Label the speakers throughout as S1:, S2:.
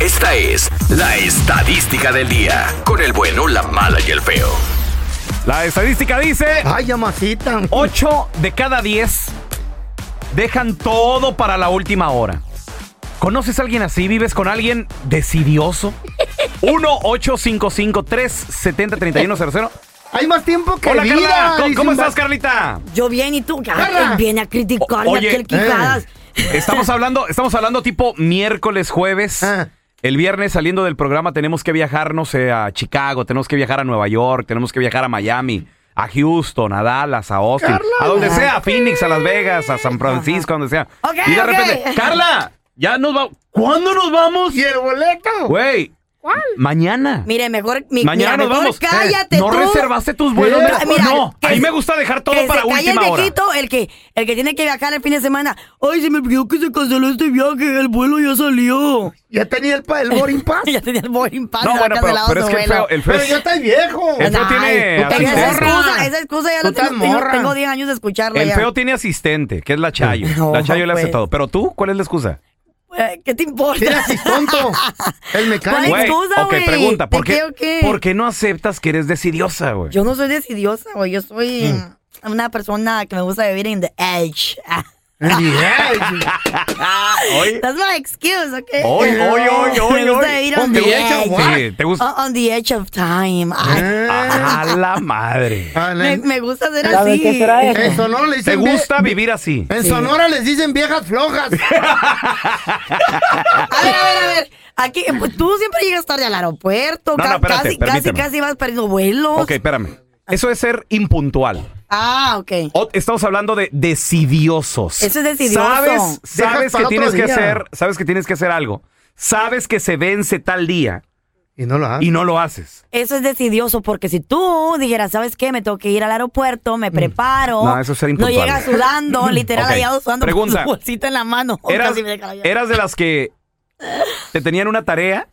S1: Esta es la estadística del día. Con el bueno, la mala y el feo.
S2: La estadística dice...
S3: Ay, llamacita.
S2: 8 de cada 10 dejan todo para la última hora. ¿Conoces a alguien así? ¿Vives con alguien decidioso? 1-855-370-3100.
S3: Hay más tiempo que
S2: Hola,
S3: vida.
S2: Carla. ¿Cómo,
S3: dicen,
S2: cómo estás,
S3: va-
S2: Carlita?
S4: Yo bien, ¿y tú? Ay,
S3: Carla.
S4: viene a criticar
S2: O-
S4: y
S2: oye, eh.
S4: a hacer quijadas.
S2: Estamos hablando, estamos hablando tipo miércoles, jueves.
S3: Ah.
S2: El viernes saliendo del programa tenemos que viajar, no sé, a Chicago, tenemos que viajar a Nueva York, tenemos que viajar a Miami, a Houston, a Dallas, a Austin,
S3: Carla.
S2: a donde sea, a Phoenix, a Las Vegas, a San Francisco, a donde sea.
S4: Ok,
S2: y de
S4: ok.
S2: repente, Carla, ya nos vamos. ¿Cuándo nos vamos?
S3: ¿Y el boleto?
S2: Güey. ¿Cuál? Mañana.
S4: Mire, mejor. mi-
S2: Mañana nos
S4: mira, mejor
S2: vamos. Eh,
S4: Cállate,
S2: ¿No
S4: tú.
S2: reservaste tus vuelos?
S3: Eh,
S2: mejor?
S4: mira,
S2: no.
S4: que
S2: A mí
S4: se-
S2: me gusta dejar todo
S4: que
S2: para
S4: se calle
S2: última
S4: el
S2: hora.
S4: viejito, el que, el que tiene que viajar el fin de semana. Ay, se me olvidó que se canceló este viaje, el vuelo ya salió.
S3: Ya tenía el, pa- el boarding pass.
S4: ya tenía el boarding pass,
S2: No,
S4: se
S2: bueno,
S4: había
S2: pero,
S4: cancelado
S2: pero es
S4: su
S2: que el
S4: vuelo.
S2: feo, el feo
S3: Pero
S2: es-
S3: ya estás viejo.
S2: El feo
S4: Ay,
S2: tiene
S3: tú te
S4: Esa
S3: haces
S2: asistente.
S4: excusa, esa excusa ya
S3: Tú
S4: la
S3: estás
S4: tengo, tengo,
S3: morra.
S4: tengo 10 años de escucharla
S2: El
S4: ya.
S2: feo tiene asistente, que es la Chayo.
S4: No,
S2: la Chayo le hace
S4: pues.
S2: todo. Pero tú, ¿cuál es la excusa?
S4: Eh, ¿Qué te importa?
S3: Mira, si tonto. El
S4: ¿Cuál
S3: mecánico.
S4: es? excusa,
S2: ok,
S4: güey.
S2: pregunta. ¿por
S4: ¿De
S2: qué,
S4: qué o qué?
S2: por qué no aceptas que eres decidiosa, güey?
S4: Yo no soy decidiosa, güey. Yo soy
S2: Mm.
S4: una persona que me gusta vivir en the edge.
S3: Yeah.
S2: Hoy,
S4: That's my excuse, ¿ok?
S2: hoy, hoy, hoy, hoy.
S4: Me gusta
S2: hoy.
S4: vivir on
S2: ¿Te
S4: the
S2: gusta?
S4: edge.
S2: Sí, ¿Te gusta?
S4: On on the edge of time. Ay,
S2: A la madre.
S3: Ah,
S4: me,
S3: en-
S4: me gusta ser
S5: ¿Sabes
S4: así.
S5: qué será eso?
S3: En Sonora le
S2: ¿Te
S3: dicen. vie-
S2: gusta vivir así?
S3: En Sonora les dicen viejas flojas.
S4: A ver, a ver, a ver. Aquí, pues, tú siempre llegas tarde al aeropuerto.
S2: No,
S4: ca-
S2: no, espérate,
S4: casi, casi,
S2: permíteme.
S4: casi vas perdiendo vuelos.
S2: Ok, espérame. Eso es ser impuntual.
S4: Ah, ok.
S2: O- estamos hablando de decidiosos.
S4: Eso es decidioso.
S2: Sabes,
S3: Dejas
S2: sabes
S3: para
S2: que
S3: otro
S2: tienes que
S3: día.
S2: hacer, sabes que tienes que hacer algo. Sabes que se vence tal día
S3: Y no lo hacen.
S2: y no lo haces.
S4: Eso es decidioso porque si tú dijeras, ¿sabes qué? Me tengo que ir al aeropuerto, me preparo.
S2: Mm. No, eso es ser
S4: No
S2: impuntual.
S4: llegas sudando, literal,
S2: Ok.
S4: allá sudando
S2: Pregunta.
S4: con su bolsita en la mano.
S2: Eras,
S4: Casi me deja la llave.
S2: eras de las que te tenían una tarea,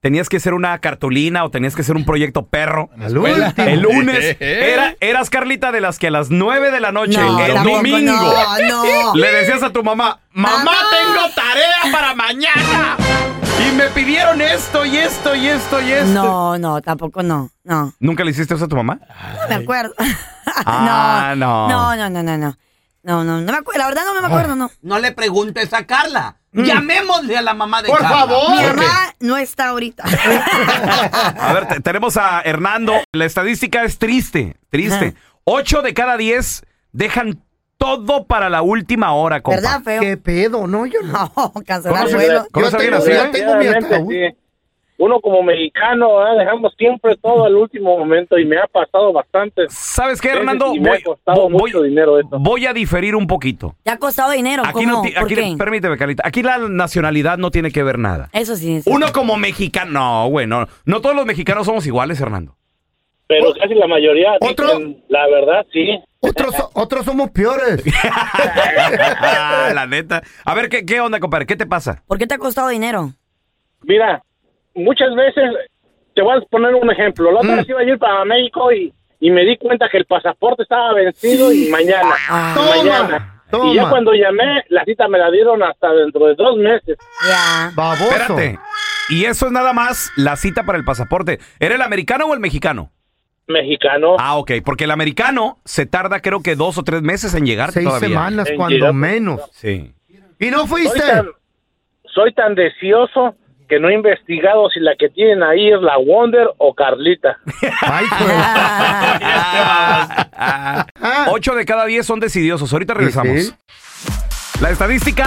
S2: tenías que hacer una cartulina o tenías que hacer un proyecto perro.
S3: Al último.
S2: El lunes era, eras Carlita de las que a las 9 de la noche,
S4: No,
S2: el
S4: tampoco,
S2: domingo,
S4: no, no.
S2: le decías a tu mamá, mamá,
S4: Mamá.
S2: tengo tarea para mañana. Y me pidieron esto y esto y esto y esto.
S4: No, no, tampoco no. No,
S2: ¿Nunca le hiciste eso a tu mamá?
S4: no me acuerdo.
S2: Ah, no.
S4: No, no, no, no, no. No, no, no me acuerdo. La verdad no me acuerdo, no.
S6: No le preguntes a Carla. Llamémosle a la mamá de
S3: Ah, Por
S6: Carla.
S3: favor.
S4: Mi mamá no está ahorita.
S2: A ver, te- tenemos a Hernando. La estadística es triste, triste. Ocho de cada diez dejan todo para la última hora, compa.
S4: ¿Verdad, feo?
S3: ¿Qué pedo? No, yo no.
S4: No, cancelar
S2: ¿Conoces-
S4: vuelo.
S2: conoces a alguien
S3: Yo tengo-
S2: así? eh?
S3: yo tengo mi
S7: Desgraciadamente,
S3: ataúd.
S7: sí. Uno como mexicano ¿verdad? dejamos siempre todo al último momento y me ha pasado bastante.
S2: ¿Sabes qué,
S7: veces
S2: Hernando?
S7: y me ha
S2: Voy,
S7: costado
S2: voy-
S7: mucho dinero eso.
S2: voy a diferir un poquito.
S4: Ya ha costado dinero.
S2: Aquí
S4: ¿Cómo?
S2: no, ti-
S4: ¿Por
S2: aquí-
S4: qué?
S2: permíteme, Carlita. Aquí la nacionalidad no tiene que ver nada.
S4: Eso sí. eso sí.
S2: Uno como mexicano, no, güey, no, no todos los mexicanos somos iguales, Hernando.
S7: Pero casi la mayoría,
S3: ¿Otro?
S7: dicen, la verdad, sí.
S3: Otros, so- otros somos peores.
S2: Ah, la neta. A ver, ¿qué, qué onda, compadre? ¿Qué te pasa?
S4: ¿Por qué te ha costado dinero?
S7: Mira, muchas veces, te voy a poner un ejemplo. La
S3: Mm.
S7: otra vez iba a ir para México y, y me di cuenta que el pasaporte estaba vencido y mañana.
S4: Ah.
S7: y
S3: Toma.
S7: mañana. Y ya
S3: Toma.
S7: cuando llamé, la cita me la dieron hasta dentro de dos meses.
S4: Ya.
S3: Baboso.
S2: Espérate. Y eso es nada más la cita para el pasaporte. ¿Era el americano o el mexicano?
S7: Mexicano.
S2: Ah, ok, porque el americano se tarda creo que dos o tres meses en llegar
S3: Seis
S2: todavía.
S3: semanas
S7: En
S3: cuando
S7: llegar.
S3: menos.
S2: Sí.
S3: Y no
S7: soy
S3: fuiste.
S7: tan, soy tan deseoso que no he investigado si la que tienen ahí es la Wonder o Carlita.
S3: Ay, pues. Ah,
S2: Ocho de cada diez son decidiosos. Ahorita regresamos.
S3: Sí,
S2: La estadística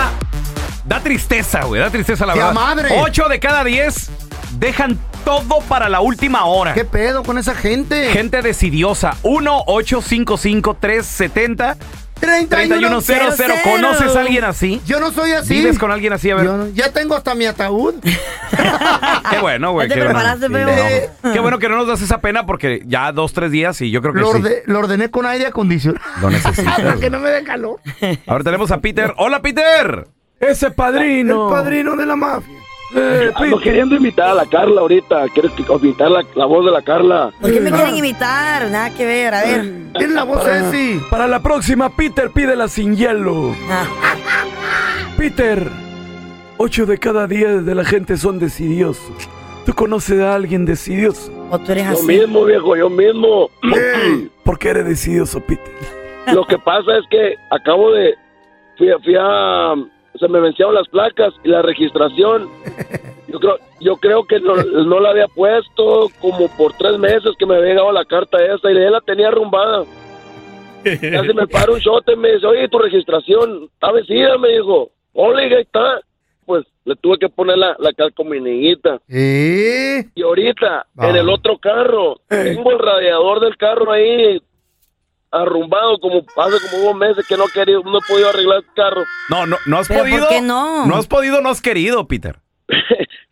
S2: da tristeza, güey. Da tristeza la
S3: ¡Ya
S2: verdad.
S3: madre!
S2: Ocho de cada diez dejan todo para la última hora.
S3: ¿Qué pedo con esa gente?
S2: Gente decidiosa. 1-855-370. 3100. ¿Conoces a alguien así?
S3: Yo no soy así.
S2: ¿Vives con alguien así? A ver. Ah,
S3: Yo no- ya tengo hasta mi ataúd.
S2: Qué bueno, güey.
S4: Ya te
S2: qué bueno.
S4: preparaste,
S2: Sí,
S4: feo.
S2: no. Qué bueno que no nos das esa pena porque ya dos, tres días y yo creo que
S3: Lo,
S2: sí.
S3: orde- lo ordené con aire acondicionado.
S2: Lo necesitas.
S3: Para que no me dé calor.
S2: Ahora tenemos a Peter. ¡Hola, Peter! Ese padrino.
S3: El padrino de la mafia.
S8: Ando queriendo imitar a la Carla ahorita. ¿Quieres que- imitar la, la voz de la Carla?
S4: ¿Por qué me quieren imitar? Nada que ver, a ver.
S3: Tiene la voz
S2: Ah.
S3: así.
S2: Para la próxima, Peter, pídela sin hielo.
S4: Ah,
S2: Peter,
S5: Ocho de cada diez de la gente son decidiosos. ¿Tú conoces a alguien decidioso?
S4: O tú eres
S8: Yo
S4: así.
S8: mismo, viejo, yo mismo.
S5: ¿Por qué eres decidioso, Peter?
S8: Lo que pasa es que acabo de. Fui, a- fui a. Se me vencieron las placas y la registración. Yo creo, yo creo que no, no la había puesto como por tres meses que me había llegado la carta esa y ya la tenía arrumbada. Casi me para un shot y me dice, oye, tu registración está vencida, me dijo. Ole, ahí está. Pues le tuve que poner la, la calcominiguita.
S3: ¿Eh?
S8: Y ahorita,
S3: Ah.
S8: en el otro carro, tengo el radiador del carro ahí arrumbado como hace como dos meses que no he querido, no he podido arreglar el carro.
S2: No, no, no has
S4: ¿Pero por
S2: podido.
S4: qué no?
S2: No has podido, no has querido, Peter.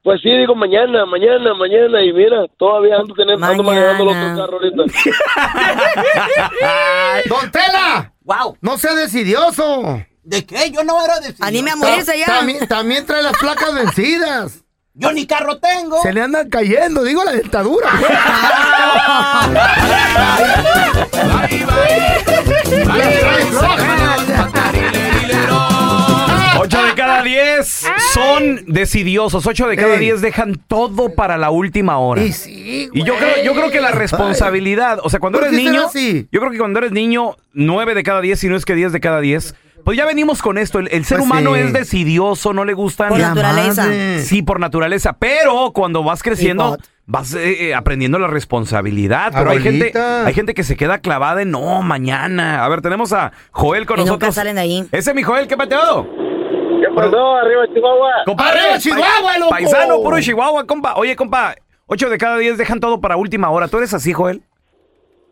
S8: Pues sí, digo mañana, mañana, mañana, y mira, todavía ando, teniendo, ando
S4: Mañana.
S8: manejando el otro carro ahorita.
S3: ¡Don Tela!
S6: ¡Wow!
S3: ¡No sea decidioso!
S6: ¿De qué? Yo no era de
S4: Anime a
S3: Ta-
S4: morirse ya.
S3: También, también trae las placas vencidas.
S6: Yo ni carro tengo.
S3: Se le andan cayendo, digo la dentadura.
S2: Ocho de cada diez son decidiosos. Ocho de cada
S3: Ey.
S2: diez dejan todo para la última hora.
S3: Y sí,
S2: Y yo creo, yo creo que la responsabilidad, o sea, cuando
S3: ¿Por
S2: eres
S3: qué será
S2: niño,
S3: así?
S2: yo creo que cuando eres niño, nueve de cada diez, si no es que diez de cada diez, pues ya venimos con esto. El, el ser
S3: Pues
S2: humano
S3: sí.
S2: es decidioso, no le gustan.
S4: Por
S3: La
S4: naturaleza.
S3: madre.
S2: Sí, por naturaleza, pero cuando vas creciendo
S4: Pivot.
S2: vas eh, eh, aprendiendo la responsabilidad. Pero hay gente,
S3: Abuelita.
S2: hay gente que se queda clavada en no mañana. A ver, tenemos a Joel con
S4: Y nunca
S2: nosotros.
S4: salen de ahí.
S2: Ese es mi Joel, ¿qué pateado?
S7: ¿Qué pasó? Arriba Chihuahua.
S2: Compadre,
S3: Arriba
S2: pa-
S3: Chihuahua, loco.
S2: Paisano, puro Chihuahua, compa. Oye, compa, ocho de cada diez dejan todo para última hora. ¿Tú eres así, Joel?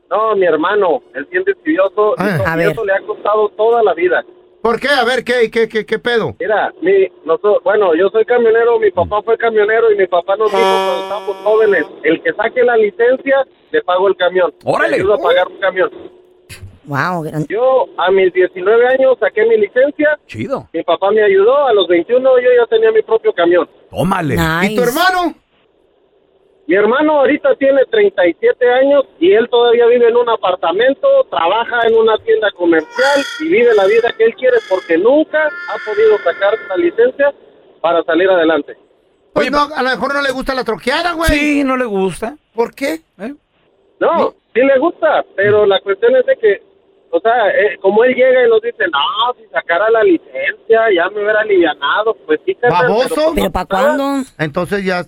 S7: No, mi hermano, él bien decidioso.
S3: Ah,
S7: y
S4: a
S7: eso le ha costado toda la vida.
S3: ¿Por qué? A ver, ¿qué, qué, qué, qué pedo?
S7: Mira, mi, noso- bueno, yo soy camionero, mi papá fue camionero y mi papá nos dijo cuando estábamos jóvenes, el que saque la licencia, le pago el camión.
S2: Órale.
S7: Le ayudo a pagar un camión.
S4: Wow.
S7: Yo a mis 19 años saqué mi licencia,
S2: Chido.
S7: mi papá me ayudó, a los 21 yo ya tenía mi propio camión.
S2: Tómale.
S4: Nice.
S3: ¿Y tu hermano?
S7: Mi hermano ahorita tiene 37 años y él todavía vive en un apartamento, trabaja en una tienda comercial y vive la vida que él quiere porque nunca ha podido sacar la licencia para salir adelante.
S3: Pues no, a lo mejor no le gusta la troqueada, güey.
S2: Sí, ¿Eh? no le gusta.
S3: ¿Por qué?
S7: No, sí le gusta, pero la cuestión es de que, o sea, eh, como él llega y nos dice, no, si sacara la licencia ya me hubiera alivianado, pues sí, carnal,
S3: ¿Baboso?
S7: pero como
S4: ¿Pero para
S7: nada,
S4: cuándo?
S3: Entonces ya.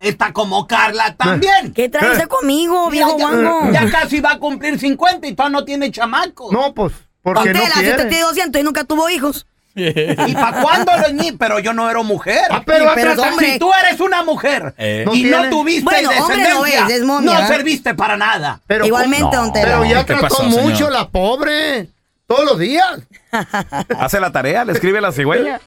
S6: Está como Carla también.
S4: ¿Qué
S3: Eh.
S4: trae usted conmigo,
S6: Mira,
S4: viejo
S6: ya,
S4: guango?
S6: ya casi va a cumplir 50 y todavía no tiene chamaco.
S3: No, pues,
S4: Don
S3: porque no
S4: Tela, si usted tiene
S3: quiere.
S4: 200 y nunca tuvo hijos.
S6: ¿Y para cuándo los ni? Pero yo no era mujer.
S3: Ah, pero
S4: Sí, pero
S3: atrás-
S4: hombre.
S6: Si tú eres una mujer
S2: Eh.
S3: No
S6: y no
S3: tiene.
S6: tuviste
S4: Bueno, hombre no
S6: descendencia,
S4: es, es momia,
S6: no
S4: ¿eh?
S6: serviste para nada.
S3: pero,
S4: Igualmente, don Tela.
S3: Pero ya
S9: ¿Qué
S3: trató
S9: pasó, señor?
S3: mucho la pobre. Todos los días.
S2: Hace la tarea, le escribe la cigüeña.